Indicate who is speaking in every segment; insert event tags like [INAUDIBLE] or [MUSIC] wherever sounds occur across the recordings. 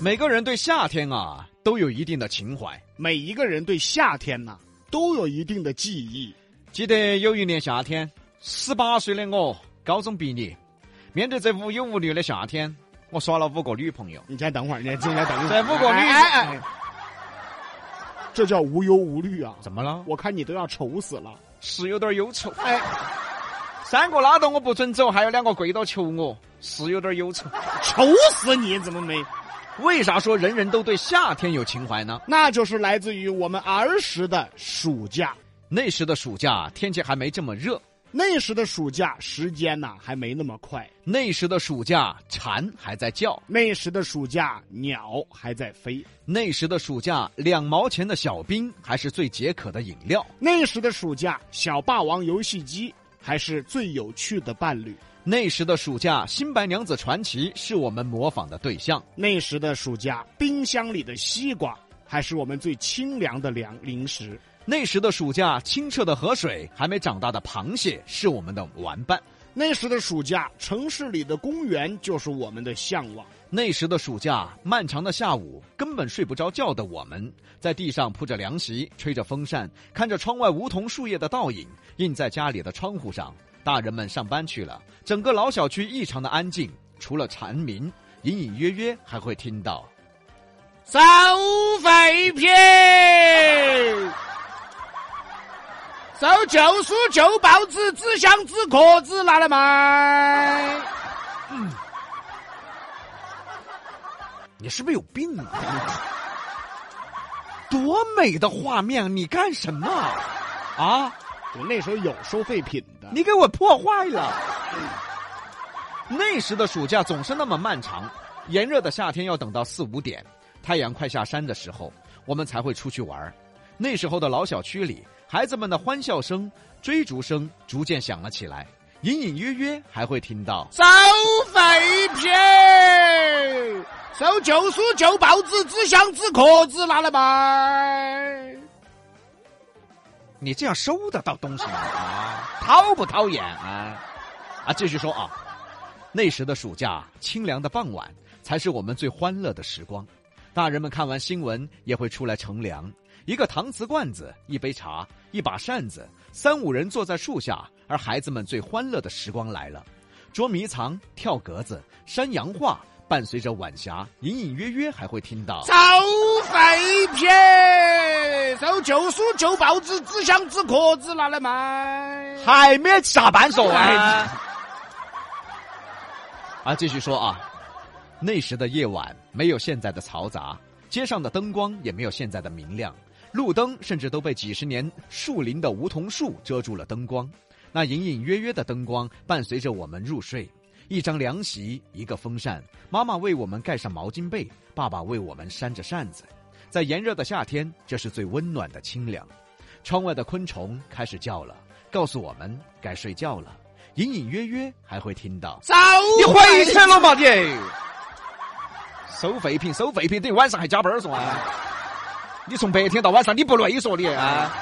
Speaker 1: 每个人对夏天啊都有一定的情怀。
Speaker 2: 每一个人对夏天呐、都有一定的记忆。
Speaker 1: 记得有一年夏天，十八岁的我高中毕业，面对这无忧无虑的夏天，我耍了五个女朋友。
Speaker 2: 你先等会儿，你进来等一会
Speaker 1: 这
Speaker 2: 儿。
Speaker 1: 不过
Speaker 2: 哎
Speaker 1: 绿
Speaker 2: 哎哎这叫无忧无虑啊！
Speaker 1: 怎么了？
Speaker 2: 我看你都要愁死了。
Speaker 1: 是有点忧愁。
Speaker 2: 哎，
Speaker 1: 三个拉到我不准走，还有两个跪到求我，是有点忧愁。
Speaker 2: 愁死你！怎么没？
Speaker 1: 为啥说人人都对夏天有情怀呢？
Speaker 2: 那就是来自于我们儿时的暑假。
Speaker 1: 那时的暑假天气还没这么热，
Speaker 2: 那时的暑假时间呐、还没那么快。
Speaker 1: 那时的暑假蝉还在叫，
Speaker 2: 那时的暑假，鸟还在飞。
Speaker 1: 那时的暑假两毛钱的小冰还是最解渴的饮料，
Speaker 2: 那时的暑假，小霸王游戏机还是最有趣的伴侣。
Speaker 1: 那时的暑假《新白娘子传奇》是我们模仿的对象，
Speaker 2: 那时的暑假，冰箱里的西瓜还是我们最清凉的凉零食。
Speaker 1: 那时的暑假清澈的河水，还没长大的螃蟹是我们的玩伴。
Speaker 2: 那时的暑假，城市里的公园就是我们的向往。
Speaker 1: 那时的暑假，漫长的下午，根本睡不着觉的我们，在地上铺着凉席，吹着风扇，看着窗外梧桐树叶的倒影映在家里的窗户上。大人们上班去了，整个老小区异常的安静，除了蝉鸣，隐隐约约还会听到。
Speaker 2: 三五废品，收旧书、旧报纸、纸箱子、壳子拿来卖。
Speaker 1: 你是不是有病啊？ [LAUGHS] 多美的画面，你干什么？啊！
Speaker 2: 我那时候有收废品的，
Speaker 1: 你给我破坏了。那时的暑假总是那么漫长，炎热的夏天要等到四五点，太阳快下山的时候，我们才会出去玩儿。那时候的老小区里，孩子们的欢笑声、追逐声逐渐响了起来，隐隐约约还会听到。
Speaker 2: 收废品，收旧书、旧报纸、纸箱子、壳子拿来卖。
Speaker 1: 你这样收得到东西吗？啊，讨不讨厌啊？啊，继续说啊。那时的暑假，清凉的傍晚才是我们最欢乐的时光。大人们看完新闻也会出来乘凉，一个搪瓷罐子，一杯茶，一把扇子，三五人坐在树下，而孩子们最欢乐的时光来了。捉迷藏、跳格子、山羊画，伴随着晚霞，隐隐约约还会听到。
Speaker 2: 收废品，收旧书、旧报纸、纸箱子、壳子拿来卖。
Speaker 1: 还没下班说
Speaker 2: 哎
Speaker 1: 完。啊，继续说啊，那时的夜晚没有现在的嘈杂，街上的灯光也没有现在的明亮，路灯甚至都被几十年树林的梧桐树遮住了灯光。那隐隐约约的灯光伴随着我们入睡，一张凉席，一个风扇，妈妈为我们盖上毛巾被，爸爸为我们扇着扇子。在炎热的夏天，这是最温暖的清凉。窗外的昆虫开始叫了，告诉我们该睡觉了。隐隐约约还会听到。
Speaker 2: 收
Speaker 1: 你回去了嘛你？收废品，收废品，等于晚上还加班儿说啊！你从白天到晚上你不累说你啊？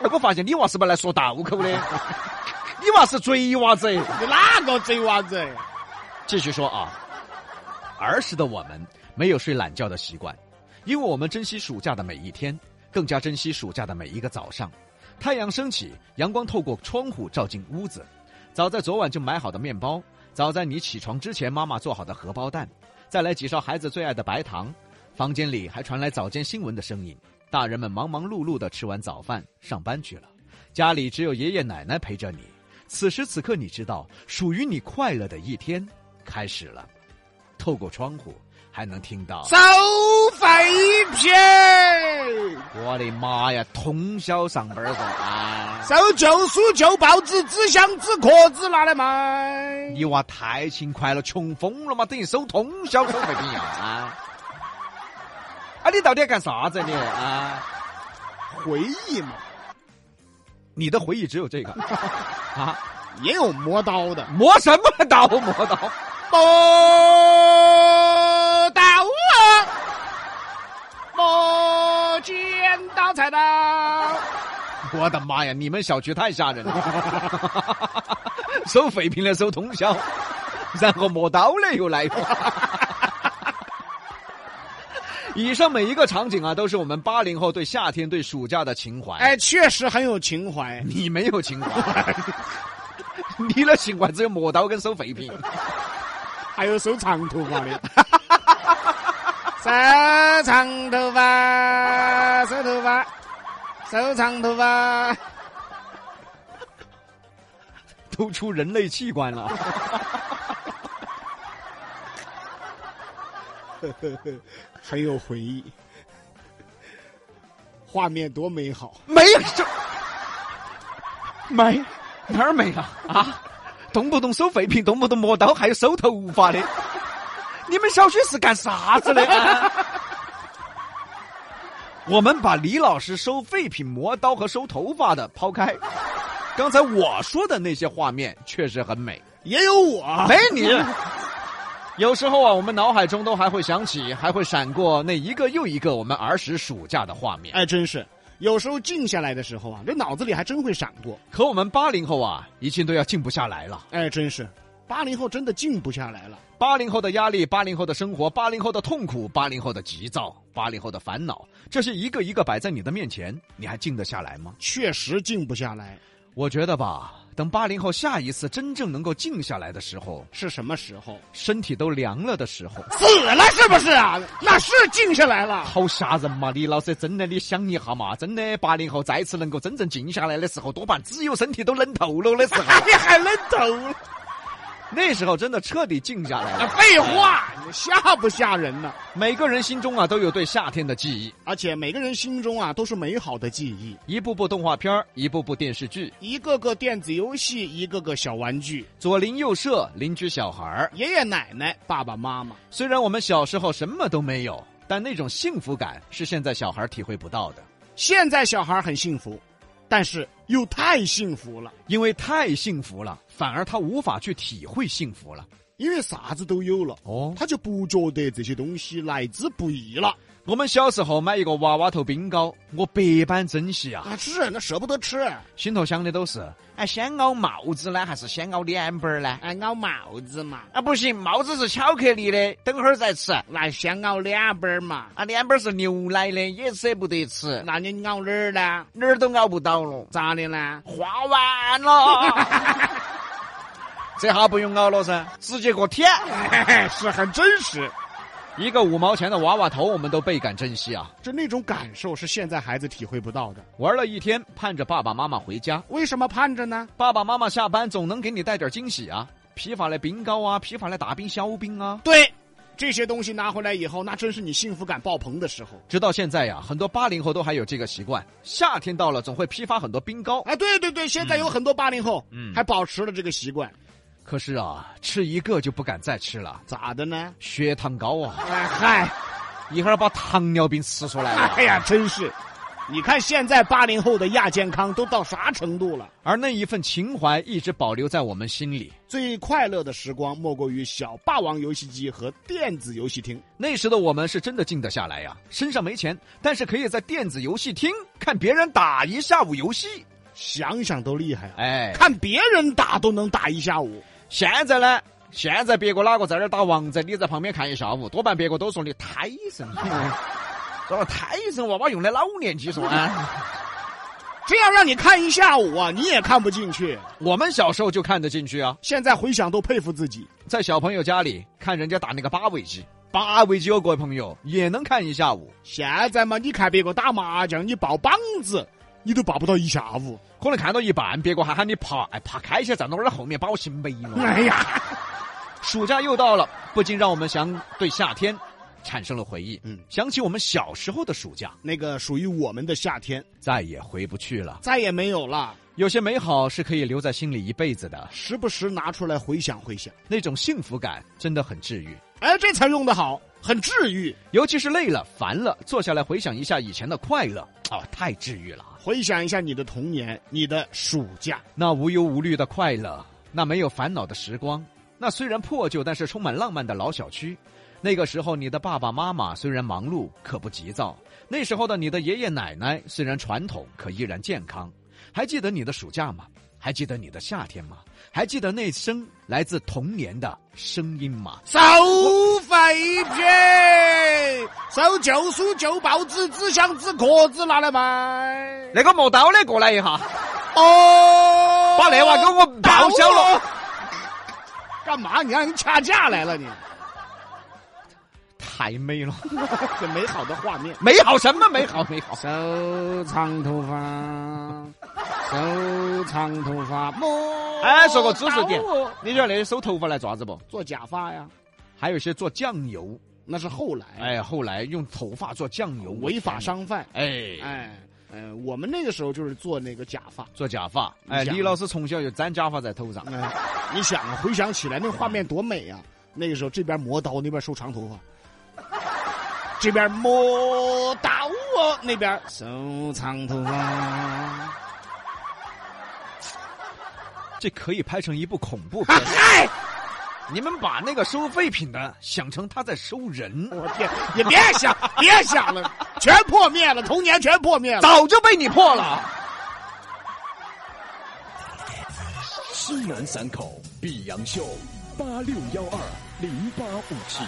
Speaker 1: 哎，我发现你娃是不是来说道口的？ [LAUGHS] 你娃是贼娃子。
Speaker 2: 你哪个贼娃子？
Speaker 1: 继续说啊，儿时的我们没有睡懒觉的习惯，因为我们珍惜暑假的每一天，更加珍惜暑假的每一个早上。太阳升起，阳光透过窗户照进屋子。早在昨晚就买好的面包，早在你起床之前妈妈做好的荷包蛋，再来几勺孩子最爱的白糖。房间里还传来早间新闻的声音，大人们忙忙碌碌的吃完早饭上班去了，家里只有爷爷奶奶陪着你。此时此刻，你知道属于你快乐的一天开始了。透过窗户，还能听到。
Speaker 2: 收废品，
Speaker 1: 我的妈呀！通宵上班噻！啊，
Speaker 2: 收旧书、旧报纸、纸箱子、壳子拿来卖。
Speaker 1: 你娃太勤快了，穷疯了嘛！等于收通宵收废品呀！啊，啊，你到底要干啥子你啊？
Speaker 2: 回忆嘛，
Speaker 1: 你的回忆只有这个啊？
Speaker 2: 也有磨刀的，
Speaker 1: 磨什么刀？磨刀？
Speaker 2: 磨刀啊，磨尖刀菜刀。
Speaker 1: 我的妈呀！你们小区太吓人了， [LAUGHS] 收废品的收通宵，然后磨刀的又来。以上每一个场景啊，都是我们八零后对夏天、对暑假的情怀。
Speaker 2: 哎，确实很有情怀。
Speaker 1: 你没有情怀， [LAUGHS] 你的情怀只有磨刀跟收废品。
Speaker 2: 还有收长头发 [LAUGHS] 的，收长头发，收头发，收长头发。
Speaker 1: 都出人类器官了。
Speaker 2: 很有回忆，画面多美好。
Speaker 1: 没有这没哪儿没了啊？动不动收废品，动不动磨刀，还有收头发的。你们小区是干啥子的？ [LAUGHS] 我们把李老师收废品、磨刀和收头发的抛开，刚才我说的那些画面确实很美。
Speaker 2: 也有我，
Speaker 1: 没你。啊 [LAUGHS] 有时候啊，我们脑海中都还会想起，还会闪过那一个又一个我们儿时暑假的画面。
Speaker 2: 哎，真是有时候静下来的时候啊，这脑子里还真会闪过。
Speaker 1: 可我们八零后啊，一切都要静不下来了。
Speaker 2: 哎，真是八零后真的静不下来了。
Speaker 1: 八零后的压力，八零后的生活，八零后的痛苦，八零后的急躁，八零后的烦恼，这些一个一个摆在你的面前，你还静得下来吗？
Speaker 2: 确实静不下来，
Speaker 1: 我觉得吧，等八零后下一次真正能够静下来的时候，
Speaker 2: 是什么时候？
Speaker 1: 身体都凉了的时候，
Speaker 2: 死了是不是啊？那是静下来了。
Speaker 1: 好吓人嘛！李老师，真的，你想一下嘛，真的，八零后再次能够真正静下来的时候，多半只有身体都冷透了的时候，
Speaker 2: [LAUGHS] 你还能抖了？
Speaker 1: 那时候真的彻底静下来了。
Speaker 2: 废话，你吓不吓人呢、
Speaker 1: 每个人心中啊都有对夏天的记忆，
Speaker 2: 而且每个人心中啊都是美好的记忆，
Speaker 1: 一部部动画片儿一部部电视剧，
Speaker 2: 一个个电子游戏，一个个小玩具，
Speaker 1: 左邻右舍、邻居小孩儿。
Speaker 2: 爷爷奶奶、爸爸妈妈。
Speaker 1: 虽然我们小时候什么都没有，但那种幸福感是现在小孩儿体会不到的，
Speaker 2: 现在小孩很幸福，但是又太幸福了，
Speaker 1: 因为太幸福了，反而他无法去体会幸福了。
Speaker 2: 因为啥子都有了，
Speaker 1: 哦
Speaker 2: 他就不觉得这些东西来之不易了。
Speaker 1: 我们小时候买一个娃娃头冰糕，我百般珍惜啊，
Speaker 2: 啊，是那舍不得吃，
Speaker 1: 心头想的都是，哎，先凹帽子呢，还是先凹脸盆儿呢？
Speaker 2: 哎，咬帽子嘛，
Speaker 1: 啊，不行，帽子是巧克力的，等会儿再吃。
Speaker 2: 那先咬脸盆儿嘛，
Speaker 1: 啊，脸盆儿是牛奶的，也舍不得吃，
Speaker 2: 那你咬哪儿呢？
Speaker 1: 哪儿都熬不到了，
Speaker 2: 咋的呢？
Speaker 1: 花完了。这下不用熬了噻，直接给我舔。
Speaker 2: [LAUGHS] 是很真实，
Speaker 1: 一个五毛钱的娃娃头，我们都倍感珍惜啊！
Speaker 2: 就那种感受是现在孩子体会不到的。
Speaker 1: 玩了一天，盼着爸爸妈妈回家，
Speaker 2: 为什么盼着呢？
Speaker 1: 爸爸妈妈下班总能给你带点惊喜啊，批发的冰糕啊，批发的大冰小冰啊。
Speaker 2: 对，这些东西拿回来以后，那真是你幸福感爆棚的时候。
Speaker 1: 直到现在呀、很多八零后都还有这个习惯，夏天到了总会批发很多冰糕。
Speaker 2: 哎，对对对，现在有很多八零后，
Speaker 1: 嗯
Speaker 2: 还保持了这个习惯，
Speaker 1: 可是啊，吃一个就不敢再吃了，
Speaker 2: 咋的呢？
Speaker 1: 血糖高啊，
Speaker 2: 哎嗨，
Speaker 1: 一会儿把糖尿病吃出来了。
Speaker 2: 哎呀，真是！你看现在八零后的亚健康都到啥程度了？
Speaker 1: 而那一份情怀一直保留在我们心里。
Speaker 2: 最快乐的时光莫过于小霸王游戏机和电子游戏厅。
Speaker 1: 那时的我们是真的静得下来呀、身上没钱，但是可以在电子游戏厅看别人打一下午游戏。
Speaker 2: 想想都厉害啊！
Speaker 1: 哎，
Speaker 2: 看别人打都能打一下午，
Speaker 1: 现在呢？现在别个哪个在那儿打王者，你在旁边看一下午，多半别个都说你胎神， [LAUGHS] 说胎神娃娃用的老年技术啊。
Speaker 2: 这样让你看一下午啊，你也看不进去。
Speaker 1: 我们小时候就看得进去啊，
Speaker 2: 现在回想都佩服自己。
Speaker 1: 在小朋友家里看人家打那个八位机，八位机哦，各位朋友也能看一下午。
Speaker 2: 现在嘛，你看别个打麻将，你抱膀子，你都抱不到一下午。
Speaker 1: 可能看到一半，别个还喊你爬，哎，爬开些，站到我的后面把我心没了。
Speaker 2: 哎呀，
Speaker 1: 暑假又到了，不禁让我们想对夏天产生了回忆，
Speaker 2: 嗯
Speaker 1: 想起我们小时候的暑假，
Speaker 2: 那个属于我们的夏天
Speaker 1: 再也回不去了。
Speaker 2: 再也没有了，
Speaker 1: 有些美好是可以留在心里一辈子的，
Speaker 2: 时不时拿出来回想回想。
Speaker 1: 那种幸福感真的很治愈。
Speaker 2: 哎，这词儿用的好，很治愈。
Speaker 1: 尤其是累了、烦了，坐下来回想一下以前的快乐，啊、太治愈了啊！
Speaker 2: 回想一下你的童年，你的暑假，
Speaker 1: 那无忧无虑的快乐，那没有烦恼的时光，那虽然破旧但是充满浪漫的老小区。那个时候，你的爸爸妈妈虽然忙碌，可不急躁；那时候的你的爷爷奶奶虽然传统，可依然健康。还记得你的暑假吗？还记得你的夏天吗？还记得那声来自童年的声音吗？
Speaker 2: 收废品。收旧书、旧报纸、纸箱子、壳子拿来卖。
Speaker 1: 那个磨刀的过来一下，
Speaker 2: 哦，
Speaker 1: 把那娃给我报销了。
Speaker 2: 干嘛？你让人掐架来了你？
Speaker 1: [LAUGHS] 太美了，
Speaker 2: [LAUGHS] 这美好的画面。
Speaker 1: 美好什么美好美好？
Speaker 2: 收长头发，收长头发。摸
Speaker 1: 哎，说个知识点
Speaker 2: 到我，
Speaker 1: [LAUGHS] 你晓得那收头发来做啥子不？
Speaker 2: 做假发呀，
Speaker 1: 还有一些做酱油，
Speaker 2: 那是后来，
Speaker 1: 哎，后来用头发做酱油，
Speaker 2: 哦违法商贩。
Speaker 1: 哎，
Speaker 2: 哎，呃，我们那个时候就是做那个假发。
Speaker 1: 做假发，哎，
Speaker 2: 你想
Speaker 1: 李老师从小就粘假发在头上，
Speaker 2: 哎，你想啊，回想起来那画面多美啊！那个时候这边磨刀，那边收长头发，这边磨刀哦，那边啊收长头发。
Speaker 1: 这可以拍成一部恐怖
Speaker 2: [LAUGHS]
Speaker 1: 片。
Speaker 2: 嗨，
Speaker 1: 你们把那个收废品的想成他在收人，
Speaker 2: 我天，也别想，别想了，全破灭了，童年全破灭了。
Speaker 1: 早就被你破了。
Speaker 3: 西南散口碧阳秀八六幺二零八五七。